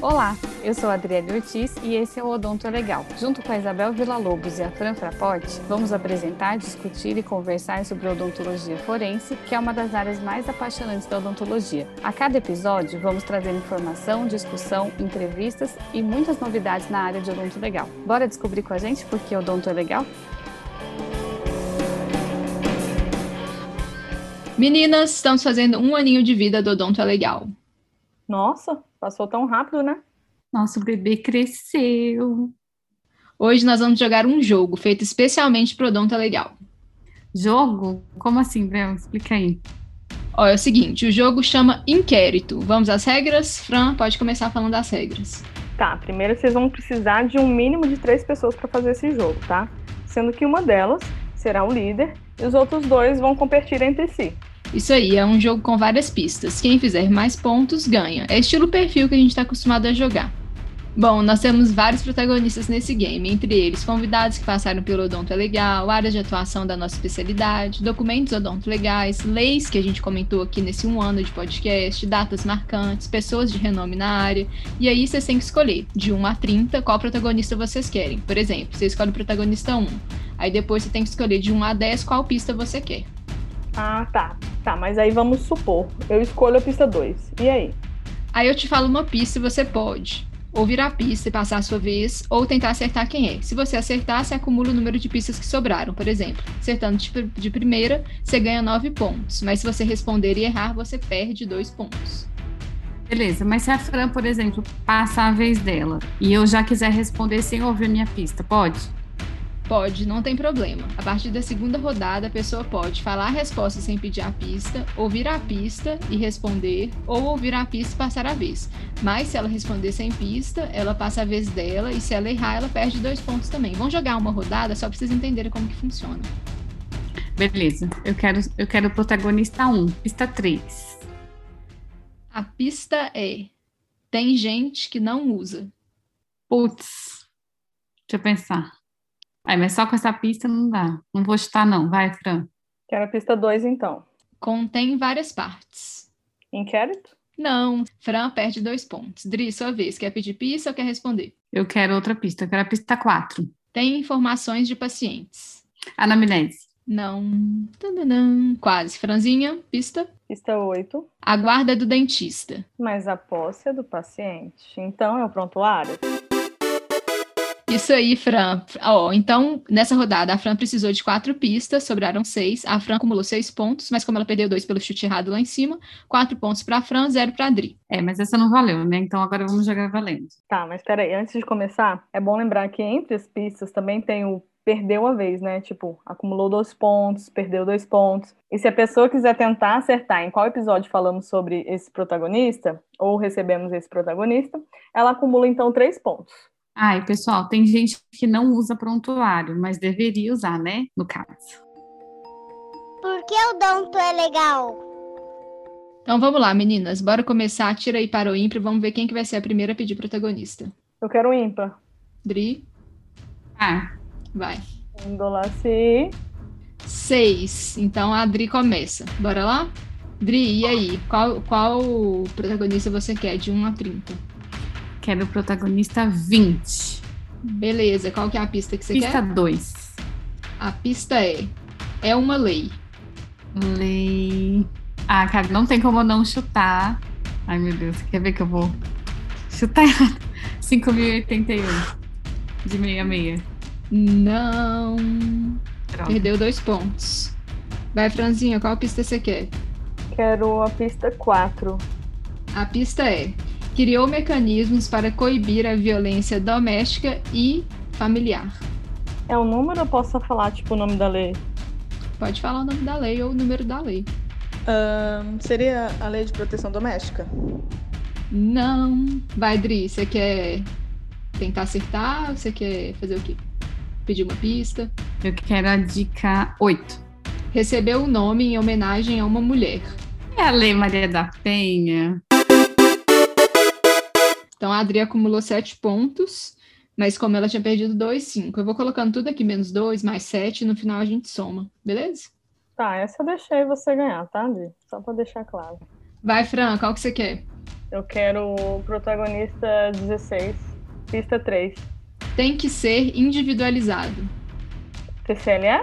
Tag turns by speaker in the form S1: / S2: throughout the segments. S1: Olá, eu sou a Adriele Ortiz e esse é o Odonto Legal. Junto com a Isabel Villa-Lobos e a Fran Fraporte, vamos apresentar, discutir e conversar sobre odontologia forense, que é uma das áreas mais apaixonantes da odontologia. A cada episódio, vamos trazer informação, discussão, entrevistas e muitas novidades na área de Odonto Legal. Bora descobrir com a gente por que Odonto é legal?
S2: Meninas, estamos fazendo um aninho de vida do Odonto é Legal.
S3: Nossa, passou tão rápido, né?
S1: Nosso bebê cresceu.
S2: Hoje nós vamos jogar um jogo feito especialmente para Odonto é Legal.
S1: Jogo? Como assim, Bel? Explica aí.
S2: Ó, é o seguinte, o jogo chama Inquérito. Vamos às regras? Fran, pode começar falando das regras.
S3: Tá, primeiro vocês vão precisar de um mínimo de três pessoas para fazer esse jogo, tá? Sendo que uma delas será o líder e os outros dois vão competir entre si.
S2: Isso aí, é um jogo com várias pistas. Quem fizer mais pontos ganha. É estilo perfil que a gente está acostumado a jogar. Bom, nós temos vários protagonistas nesse game, entre eles convidados que passaram pelo Odonto é Legal, áreas de atuação da nossa especialidade, documentos odonto legais, leis que a gente comentou aqui nesse um ano de podcast, datas marcantes, pessoas de renome na área. E aí vocês têm que escolher, de 1 a 30, qual protagonista vocês querem. Por exemplo, você escolhe o protagonista 1, aí depois você tem que escolher de 1 a 10 qual pista você quer.
S3: Ah, tá. Tá, mas aí vamos supor. Eu escolho a pista 2. E aí?
S2: Aí eu te falo uma pista e você pode ouvir a pista e passar a sua vez, ou tentar acertar quem é. Se você acertar, você acumula o número de pistas que sobraram. Por exemplo, acertando de, pr- de primeira, você ganha 9 pontos, mas se você responder e errar, você perde 2 pontos.
S1: Beleza, mas se a Fran, por exemplo, passa a vez dela e eu já quiser responder sem ouvir minha pista, pode?
S2: Pode, não tem problema. A partir da segunda rodada, a pessoa pode falar a resposta sem pedir a pista, ouvir a pista e responder, ou ouvir a pista e passar a vez. Mas se ela responder sem pista, ela passa a vez dela e se ela errar, ela perde dois pontos também. Vamos jogar uma rodada só pra vocês entenderem como que funciona.
S1: Beleza, eu quero, eu quero o protagonista 1, pista 3.
S2: A pista é: tem gente que não usa.
S1: Putz, deixa eu pensar. Ai, mas só com essa pista não dá. Não vou chutar, não. Vai, Fran.
S3: Quero a pista 2, então.
S2: Contém várias partes.
S3: Inquérito?
S2: Não, Fran perde dois pontos. Dri, sua vez, quer pedir pista ou quer responder?
S1: Eu quero outra pista. Eu quero a pista 4.
S2: Tem informações de pacientes.
S1: Anamnese.
S2: Não. Tandanã. Quase. Franzinha, pista.
S3: Pista 8.
S2: A guarda do dentista.
S3: Mas a posse é do paciente. Então é o prontuário?
S2: Isso aí, Fran. Ó, então, nessa rodada, a Fran precisou de quatro pistas, sobraram seis. A Fran acumulou seis pontos, mas como ela perdeu dois pelo chute errado lá em cima, quatro pontos para a Fran, zero para a Adri.
S1: É, mas essa não valeu, né? Então agora vamos jogar valendo.
S3: Tá, mas peraí, antes de começar, é bom lembrar que entre as pistas também tem o perdeu a vez, né? Tipo, acumulou dois pontos, perdeu dois pontos. E se a pessoa quiser tentar acertar em qual episódio falamos sobre esse protagonista, ou recebemos esse protagonista, ela acumula então três pontos.
S1: Ai, pessoal, tem gente que não usa prontuário, mas deveria usar, né? No caso.
S4: Por que o Donto é legal?
S2: Então vamos lá, meninas. Bora começar. Tira aí para o ímpar e vamos ver quem que vai ser a primeira a pedir protagonista.
S3: Eu quero um ímpar.
S2: Dri,
S1: Ah,
S2: vai.
S3: Indolaci.
S2: Seis. Então a Dri começa. Bora lá? Dri, e aí? Qual, qual protagonista você quer? De 1 a 30.
S1: quero o protagonista 20.
S2: Beleza. Qual que é a pista que você
S1: pista
S2: quer?
S1: 2.
S2: A pista é... É uma lei.
S1: Lei. Ah, cara, não tem como eu não chutar. Ai, meu Deus, quer ver que eu vou chutar errado? 5.081 de 66.
S2: Não.
S1: Droga.
S2: Perdeu dois pontos. Vai, Franzinha, qual pista você quer?
S3: Quero a pista 4.
S2: A pista é: criou mecanismos para coibir a violência doméstica e familiar.
S3: É o número ou posso só falar, tipo, o nome da lei?
S2: Pode falar o nome da lei ou o número da lei.
S5: Seria a lei de proteção doméstica?
S2: Não. Vai, Dri, você quer tentar acertar? Você quer fazer o quê? Pedir uma pista?
S1: Eu quero a dica 8.
S2: Recebeu o nome em homenagem a uma mulher.
S1: É a Lei Maria da Penha.
S2: Então a Adri acumulou sete pontos, mas como ela tinha perdido dois, cinco. Eu vou colocando tudo aqui, menos dois, mais sete, e no final a gente soma, beleza?
S3: Tá, essa eu deixei você ganhar, tá, André? Só pra deixar claro.
S2: Vai, Fran, qual que você quer?
S3: Eu quero o protagonista 16, pista 3.
S2: Tem que ser individualizado.
S3: TCLA?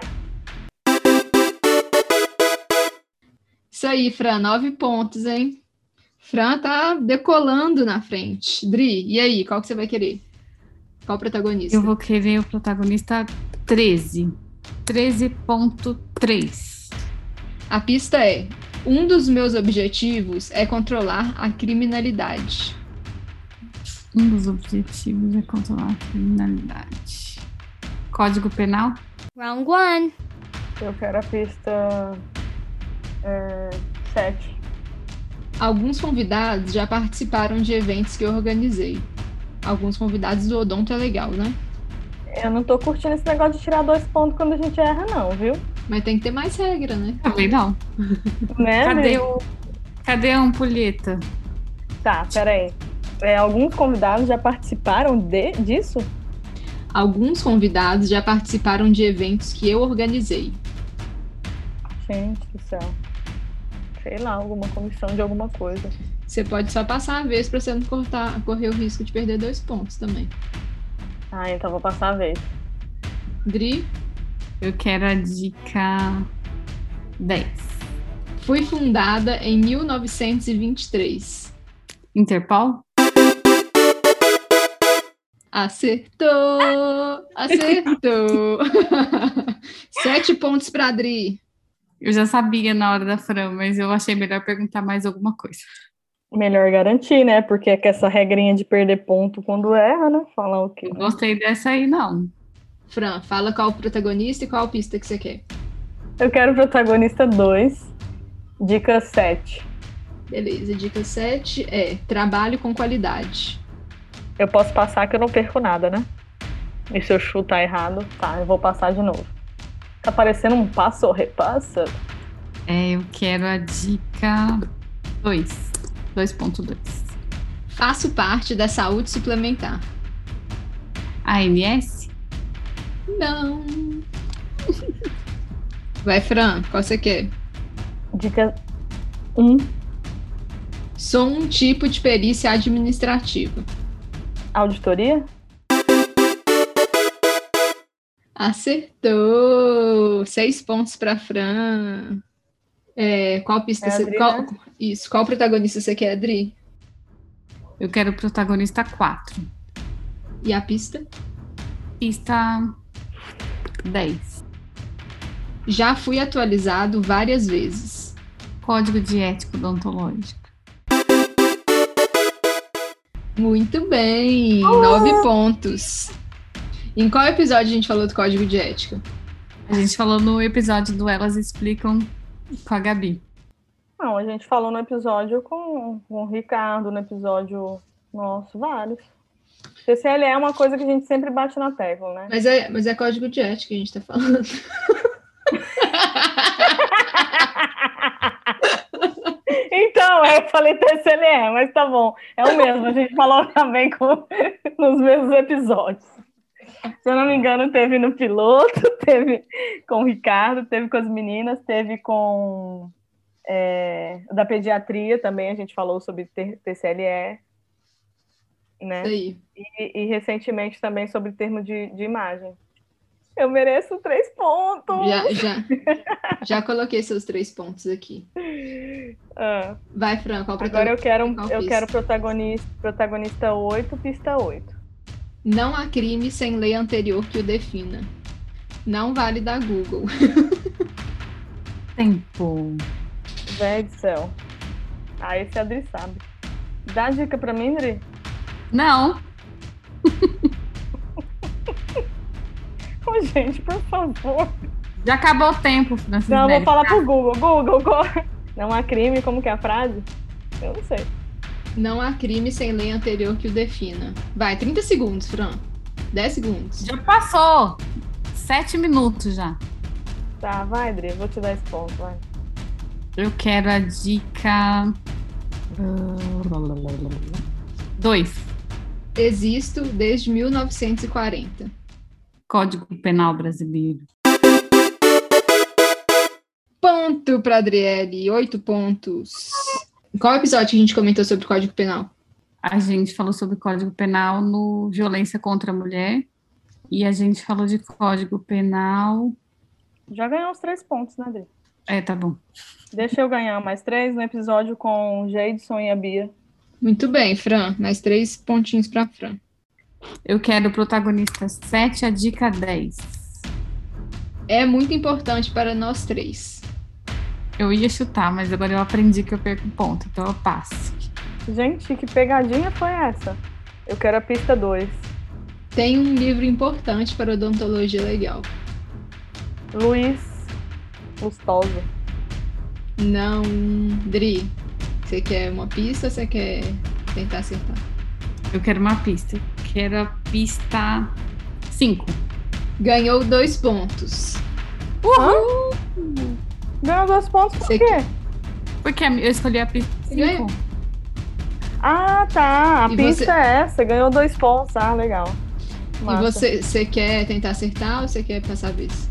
S2: Isso aí, Fran, nove pontos, hein? Fran tá decolando na frente. Dri, e aí, qual que você vai querer? Qual protagonista?
S1: Eu vou querer o protagonista 13. 13.3.
S2: A pista é: um dos meus objetivos é controlar a criminalidade.
S1: Um dos objetivos é controlar a criminalidade. Código Penal?
S4: Round one.
S3: Eu quero a pista é, 7.
S2: Alguns convidados já participaram de eventos que eu organizei. Alguns convidados do Odonto é legal, né?
S3: Eu não tô curtindo esse negócio de tirar dois pontos quando a gente erra, não, viu?
S2: Mas tem que ter mais regra, né?
S1: Também não.
S3: Né?
S1: Cadê
S3: Bia?
S1: o. Cadê a ampulheta?
S3: Tá, peraí. É, alguns convidados já participaram de, disso?
S2: Alguns convidados já participaram de eventos que eu organizei.
S3: Gente do céu. Sei lá, alguma comissão de alguma coisa.
S2: Você pode só passar a vez para você não cortar- correr o risco de perder dois pontos também.
S3: Ah, então vou passar a vez.
S2: Dri,
S1: Eu quero a dica 10.
S2: fui fundada em 1923.
S1: Interpol?
S2: Acertou! Acertou! Sete pontos para Dri.
S1: Eu já sabia na hora da Fran, mas eu achei melhor perguntar mais alguma coisa.
S3: Melhor garantir, né? Porque é que essa regrinha de perder ponto quando erra, né? Falar o quê?
S1: Não gostei dessa aí, não.
S2: Fran, fala qual o protagonista e qual pista que você quer.
S3: Eu quero o protagonista 2, dica 7.
S2: Beleza, dica 7 é trabalho com qualidade.
S3: Eu posso passar que eu não perco nada, né? E se eu chutar errado, tá, eu vou passar de novo. Tá parecendo um passo ou repassa?
S1: É, eu quero a dica 2. 2.2.
S2: Faço parte da saúde suplementar.
S1: ANS?
S2: Não. Vai, Fran, qual você quer?
S3: Dica 1,
S2: Sou um tipo de perícia administrativa.
S3: auditoria?
S2: Acertou! Seis pontos para Fran. É, qual pista
S3: É a
S2: você
S3: Adri,
S2: qual, Isso, qual protagonista você quer, Adri?
S1: Eu quero o protagonista 4.
S2: E a pista?
S1: Pista 10.
S2: Já fui atualizado várias vezes.
S1: Código de ética odontológica.
S2: Muito bem! Nove pontos. Em qual episódio a gente falou do código de ética?
S1: A gente falou no episódio do Elas Explicam com a Gabi.
S3: Não, a gente falou no episódio com, com o Ricardo, no episódio nosso, vários. TCL é uma coisa que a gente sempre bate na tecla, né?
S2: Mas é, mas é código de ética que a gente tá falando.
S3: Então, eu falei TCLE, mas tá bom. É o mesmo, a gente falou também com, nos mesmos episódios. Se eu não me engano, teve no piloto, teve com o Ricardo, teve com as meninas, teve com é, da pediatria também, a gente falou sobre T- TCLE, né?
S2: Isso aí.
S3: E, e recentemente também sobre termo de, de imagem. Eu mereço três pontos!
S2: Já, já, já coloquei seus três pontos aqui.
S3: Ah.
S2: Vai, Fran, qual
S3: Agora eu quero, um-
S2: Qual
S3: eu
S2: pista?
S3: quero protagonista, protagonista 8, pista 8.
S2: Não há crime sem lei anterior que o defina. Não vale da Google.
S1: Tempo.
S3: Véi do céu. Ah, Né, esse Adri sabe. Dá dica pra mim, Adri?
S1: Não,
S3: Ô, gente, por favor.
S1: já acabou o tempo, Francisco.
S3: Não, eu vou falar pro Google. Google, corre. Não há crime, como que é a frase? Eu não sei.
S2: Não há crime sem lei anterior que o defina. Vai, 30 segundos, Fran. 10 segundos.
S1: Já passou. Sete minutos já.
S3: Tá, vai, Adri, eu vou te dar esse ponto, vai.
S1: Eu quero a dica. uh, 2.
S2: Existo desde 1940.
S1: Código Penal Brasileiro.
S2: Ponto pra Adriele. 8 pontos. Em Qual episódio que a gente comentou sobre o Código Penal?
S1: A gente falou sobre Código Penal no Violência contra a Mulher. E a gente falou de Código Penal.
S3: Já ganhou os três pontos, né, Adri?
S1: É, tá bom.
S3: Deixa eu ganhar mais três no episódio com o Jadson e a Bia.
S2: Muito bem, Fran. Mais três pontinhos pra Fran.
S1: Eu quero o protagonista 7, a dica 10.
S2: É muito importante para nós três.
S1: Eu ia chutar, mas agora eu aprendi que eu perco ponto, então eu passo.
S3: Gente, que pegadinha foi essa? Eu quero a pista 2.
S2: Tem um livro importante para odontologia legal.
S3: Luiz Lustosa.
S2: Não, Dri. Você quer uma pista ou você quer tentar acertar?
S1: Eu quero uma pista. Quero a pista 5.
S2: Ganhou dois pontos.
S3: Ganhou dois pontos por
S2: Sei
S3: quê?
S1: Porque eu escolhi a pista
S2: Você
S1: 5.
S2: ganhou.
S3: Ah, tá. A
S2: E
S3: pista
S2: você-
S3: é essa. Ganhou dois pontos. Ah, legal. Massa.
S2: E você, você quer tentar acertar ou você quer passar a vez?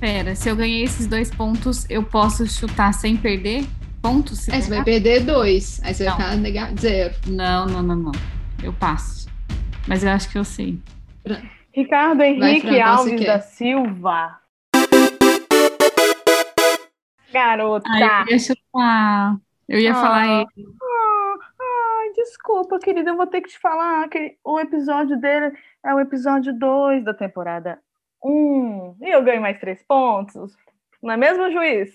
S1: Pera, se eu ganhei esses dois pontos, eu posso chutar sem perder pontos? se
S2: É, você vai
S1: ganhar?
S2: perder dois. Aí você
S1: Não.
S2: vai ficar nega- zero.
S1: Não, não, não, não. Eu passo. Mas eu acho que eu sei.
S3: Ricardo Henrique
S2: Fran, qual você
S3: Alves
S2: quer?
S3: da Silva. Garota.
S2: Tá.
S1: Ah, eu ia chutar. Eu ia
S3: Ah.
S1: falar ele.
S3: Ai, desculpa, querida, eu vou ter que te falar que o episódio dele é o episódio 2 da temporada 1. E eu ganho mais três pontos. Não é mesmo, juiz?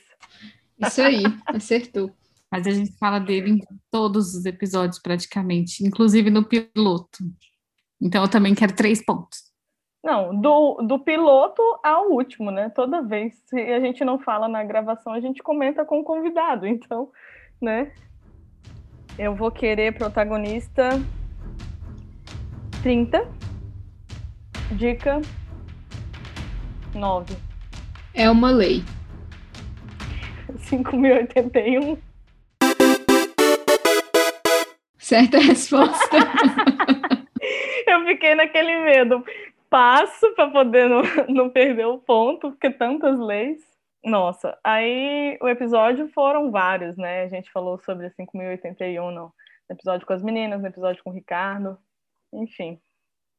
S2: Isso aí, acertou.
S1: Mas a gente fala dele em todos os episódios, praticamente, inclusive no piloto. Então eu também quero três pontos.
S3: Não, do, do piloto ao último, né? Toda vez. Se a gente não fala na gravação, a gente comenta com o convidado. Então, né? Eu vou querer protagonista 30. Dica 9.
S2: É uma lei.
S3: 5.081.
S2: Certa resposta.
S3: Eu fiquei naquele medo. Passo para poder não, não perder o ponto, porque tantas leis. Nossa, aí o episódio foram vários, né? A gente falou sobre 5.081 no episódio com as meninas, no episódio com o Ricardo. Enfim,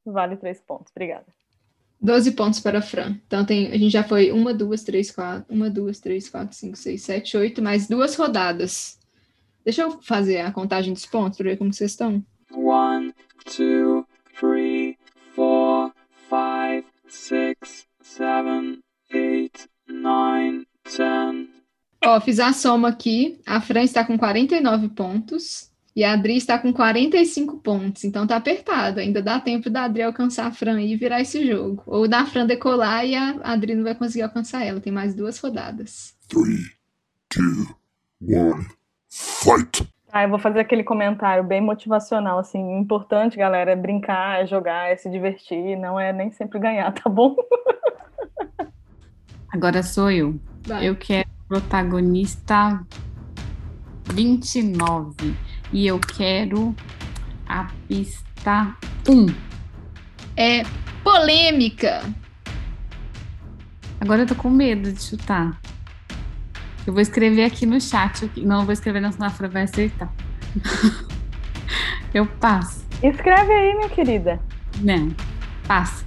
S3: vale três pontos. Obrigada.
S2: 12 pontos para a Fran. Então tem, a gente já foi uma, duas, três, quatro, uma, duas, três, quatro, cinco, seis, sete, oito, mais duas rodadas. Deixa eu fazer a contagem dos pontos para ver como vocês estão.
S6: One, two, three, four, five, six, seven, eight, nine, ten.
S2: Ó, fiz a soma aqui. A Fran está com 49 pontos e a Adri está com 45 pontos. Então tá apertado. Ainda dá tempo da Adri alcançar a Fran e virar esse jogo. Ou da Fran decolar e a Adri não vai conseguir alcançar ela. Tem mais duas rodadas.
S7: Three, two, one, fight!
S3: Ah, eu vou fazer aquele comentário bem motivacional, assim, O importante, galera, é brincar, é jogar, é se divertir, não é nem sempre ganhar, tá bom?
S1: Agora sou eu.
S2: Vai.
S1: Eu quero protagonista 29. E eu quero a pista 1.
S2: É polêmica.
S1: Agora eu tô com medo de chutar. Eu vou escrever aqui no chat. o que- Não, eu vou escrever não, senão a Fran vai acertar. eu passo.
S3: Escreve aí, minha querida.
S1: Não, passo.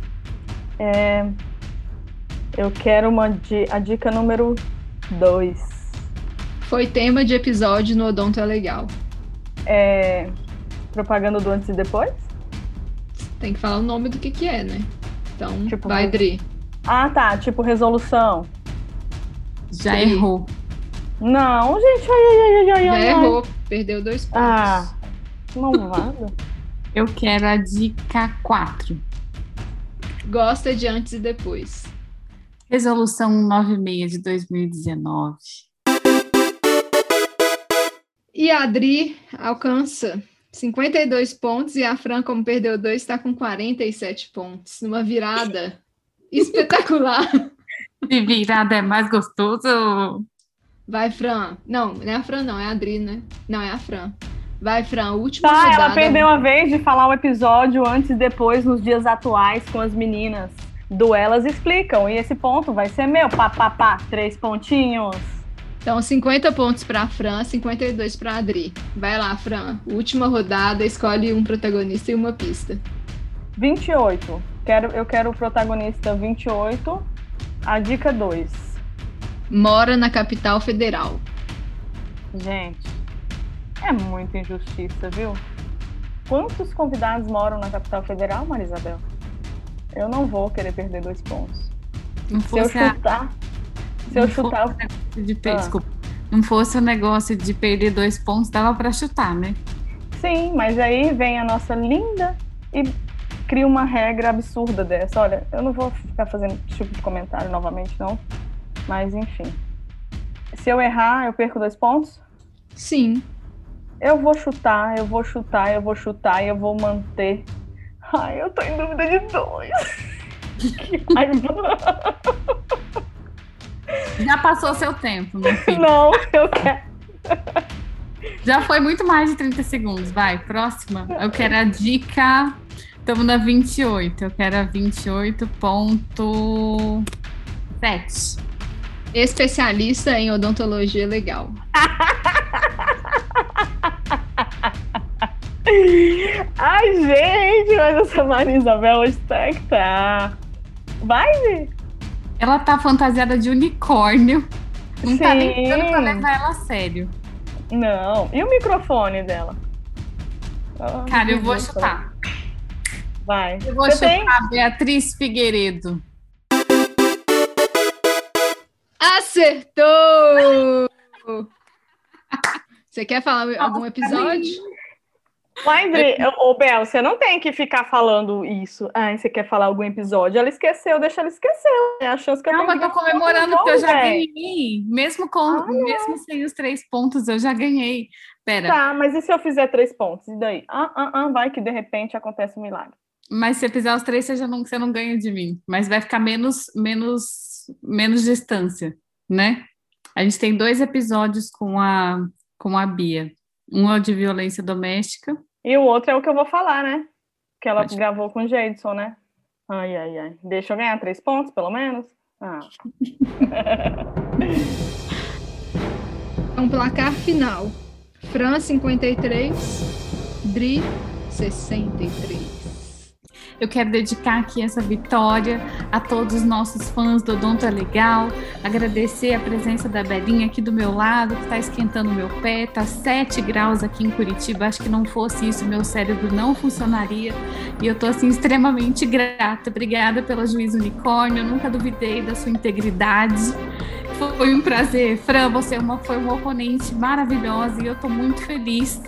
S3: Eu quero uma di a dica número 2.
S2: Foi tema de episódio no Odonto é Legal.
S3: É, propaganda do antes e depois?
S2: Tem que falar o nome do que que é, né? Então,
S3: Tipo,
S2: vai,
S3: mas-
S2: Adri.
S3: Ah, tá. Tipo resolução.
S1: Já
S2: Sim.
S1: errou.
S3: Não, gente. Ai, ai, ai, ai,
S2: Já
S3: ai, ai.
S2: errou. Perdeu dois pontos.
S3: Ah, malvada.
S1: Eu quero a dica 4.
S2: Gosta de antes e depois.
S1: Resolução 96 de 2019.
S2: E a Adri alcança 52 pontos e a Fran, como perdeu dois, está com 47 pontos. Numa virada espetacular.
S1: De virada é mais gostoso.
S2: Vai, Fran. Não, não é a Fran, não. É a Adri, né? Não, é a Fran. Vai, Fran. Última
S3: Tá,
S2: rodada.
S3: ela perdeu a vez de falar o episódio antes e depois nos dias atuais com as meninas. Do Elas Explicam. E esse ponto vai ser meu. Pá, pá, pá. Três pontinhos.
S2: Então, 50 pontos para a Fran, 52 para a Adri. Vai lá, Fran. Última rodada, escolhe um protagonista e uma pista.
S3: 28. Quero, eu quero o protagonista 28. A dica 2.
S2: Mora na capital federal.
S3: Gente, é muita injustiça, viu? Quantos convidados moram na capital federal, Marisabel? Eu não vou querer perder dois pontos.
S1: Não
S3: Se eu
S1: fosse a-
S3: chutar. Se eu
S1: é. não
S3: chutar,
S1: fosse o negócio de per-
S3: Ah.
S1: desculpa. Não fosse o negócio de perder dois pontos, dava pra chutar, né?
S3: Sim, mas aí vem a nossa linda e cria uma regra absurda dessa. Olha, eu não vou ficar fazendo esse tipo de comentário novamente, não. Mas enfim. Se eu errar, eu perco dois pontos.
S2: Sim.
S3: Eu vou chutar, eu vou chutar, eu vou chutar e eu vou manter. Ai, eu tô em dúvida de dois. Que raiva.
S1: Já passou seu tempo, meu filho.
S3: Não, eu quero.
S1: Já foi muito mais de 30 segundos. Vai, próxima. Eu quero a dica. Estamos na 28. Eu quero a 28.7.
S2: Especialista em odontologia legal.
S3: Ai, gente, mas essa Maria Isabel hoje tá que tá. Vai, gente.
S1: Ela tá fantasiada de unicórnio. Não tá nem dando pra
S3: Sim.
S1: levar ela a sério.
S3: Não. E o microfone dela? Ah,
S1: Cara, eu vou
S3: meu Deus,
S1: chutar.
S3: Vai.
S1: Eu vou
S3: Você
S1: chutar
S3: tem?
S1: a Beatriz Figueiredo.
S2: Acertou! Você quer falar algum episódio?
S3: Mas, Dri, ô Bel, você não tem que ficar falando isso. Ah, você quer falar algum episódio? Ela esqueceu, deixa ela esquecer. É a chance que eu
S1: Não,
S3: tenho
S1: mas
S3: de
S1: tô
S3: ganhar
S1: comemorando
S3: outro
S1: porque eu já
S3: jogo, véi.
S1: ganhei. Mesmo, com, mesmo sem os três pontos, eu já ganhei. Pera,
S3: Tá, mas e se eu fizer três pontos? E daí? Ah, ah, ah, vai que de repente acontece um milagre.
S1: Mas se você fizer os três, você, já não, você não ganha de mim. Mas vai ficar menos, menos, menos distância, né? A gente tem dois episódios com a, com a Bia. Um é o de violência doméstica.
S3: E o outro é o que eu vou falar, né? Que ela
S1: Pode.
S3: gravou com o Jadson, né? Ai, ai, ai. Deixa eu ganhar três pontos, pelo menos. Ah.
S2: Um placar final. Fran 53, Dri 63.
S1: Eu quero dedicar aqui essa vitória a todos os nossos fãs do Odonto é Legal. Agradecer a presença da Belinha aqui do meu lado, que está esquentando meu pé. Tá 7 graus aqui em Curitiba. Acho que não fosse isso, meu cérebro não funcionaria. E eu tô assim extremamente grata. Obrigada pelo juízo unicórnio. Eu nunca duvidei da sua integridade. Foi um prazer, Fran. Você é uma, foi uma oponente maravilhosa e eu tô muito feliz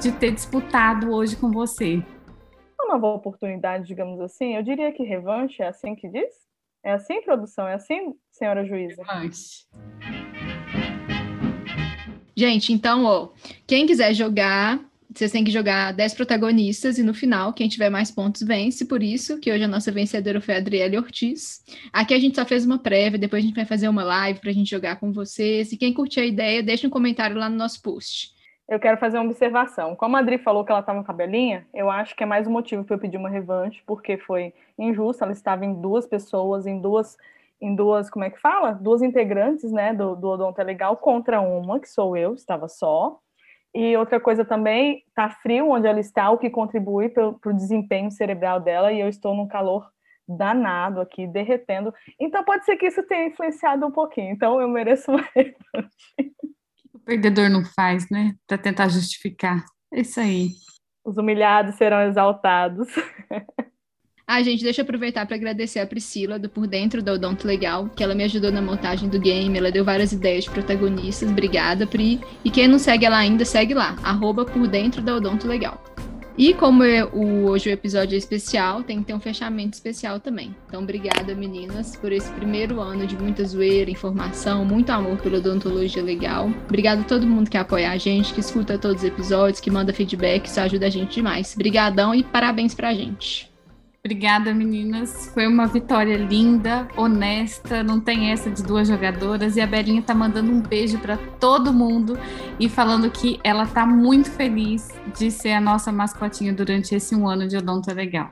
S1: de ter disputado hoje com você.
S3: é uma nova oportunidade, digamos assim. Eu diria que revanche é assim que diz? É assim, produção? É assim, senhora juíza?
S1: Antes.
S2: Gente, então, ó, quem quiser jogar, vocês têm que jogar 10 protagonistas e no final, quem tiver mais pontos vence. Por isso que hoje a nossa vencedora foi a Adriele Ortiz. Aqui a gente só fez uma prévia, depois a gente vai fazer uma live pra gente jogar com vocês. E quem curtir a ideia, deixa um comentário lá no nosso post.
S3: Eu quero fazer uma observação. Como a Adri falou que ela estava com a Belinha, eu acho que é mais um motivo para eu pedir uma revanche, porque foi injusto. Ela estava em duas pessoas, em duas, em duas, como é que fala? Duas integrantes, né, do, do Odonto é Legal contra uma, que sou eu, estava só. E outra coisa também, tá frio onde ela está, o que contribui para o desempenho cerebral dela, e eu estou num calor danado aqui, derretendo. Então pode ser que isso tenha influenciado um pouquinho. Então eu mereço uma
S1: O perdedor não faz, né? Para tentar justificar. É isso aí.
S3: Os humilhados serão exaltados.
S2: Ah, gente, deixa eu aproveitar para agradecer a Priscila do Por Dentro do Odonto Legal, que ela me ajudou na montagem do game, ela deu várias ideias de protagonistas. Obrigada, Pri. E quem não segue ela ainda, segue lá, arroba por dentro da Odonto Legal. E como é o- hoje o episódio é especial, tem que ter um fechamento especial também. Então, obrigada, meninas, por esse primeiro ano de muita zoeira, informação, muito amor pela odontologia legal. Obrigada a todo mundo que apoia a gente, que escuta todos os episódios, que manda feedback, isso ajuda a gente demais. Obrigadão e parabéns pra gente.
S1: Obrigada, meninas. Foi uma vitória linda, honesta. Não tem essa de duas jogadoras. E a Belinha tá mandando um beijo para todo mundo e falando que ela tá muito feliz de ser a nossa mascotinha durante esse um ano de Odonto é Legal.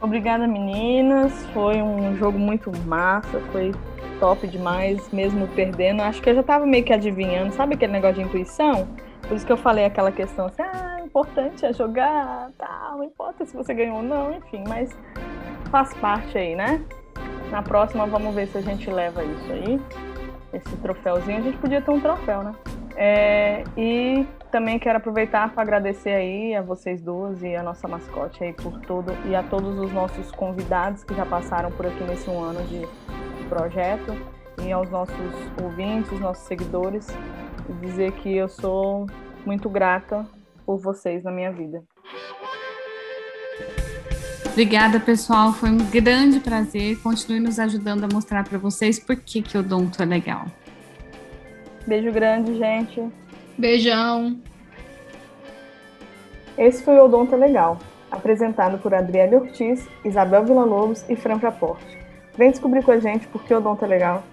S3: Obrigada, meninas. Foi um jogo muito massa. Foi top demais, mesmo perdendo. Acho que eu já tava meio que adivinhando, sabe aquele negócio de intuição? Por isso que eu falei aquela questão assim, ah, o importante é jogar, tal, não importa se você ganhou ou não, enfim, mas faz parte aí, né? Na próxima vamos ver se a gente leva isso aí, esse troféuzinho. A gente podia ter um troféu, né? É, e também quero aproveitar para agradecer aí a vocês duas e a nossa mascote aí por tudo e a todos os nossos convidados que já passaram por aqui nesse um ano de projeto e aos nossos ouvintes, nossos seguidores e dizer que eu sou muito grata por vocês na minha vida.
S1: Obrigada, pessoal. Foi um grande prazer. Continue nos ajudando a mostrar para vocês por que, que o Donto é legal.
S3: Beijo grande, gente.
S2: Beijão.
S3: Esse foi o Odonto é Legal, apresentado por Adriele Ortiz, Isabel Villa-Lobos e Fran Praporte. Vem descobrir com a gente por que o Odonto é Legal.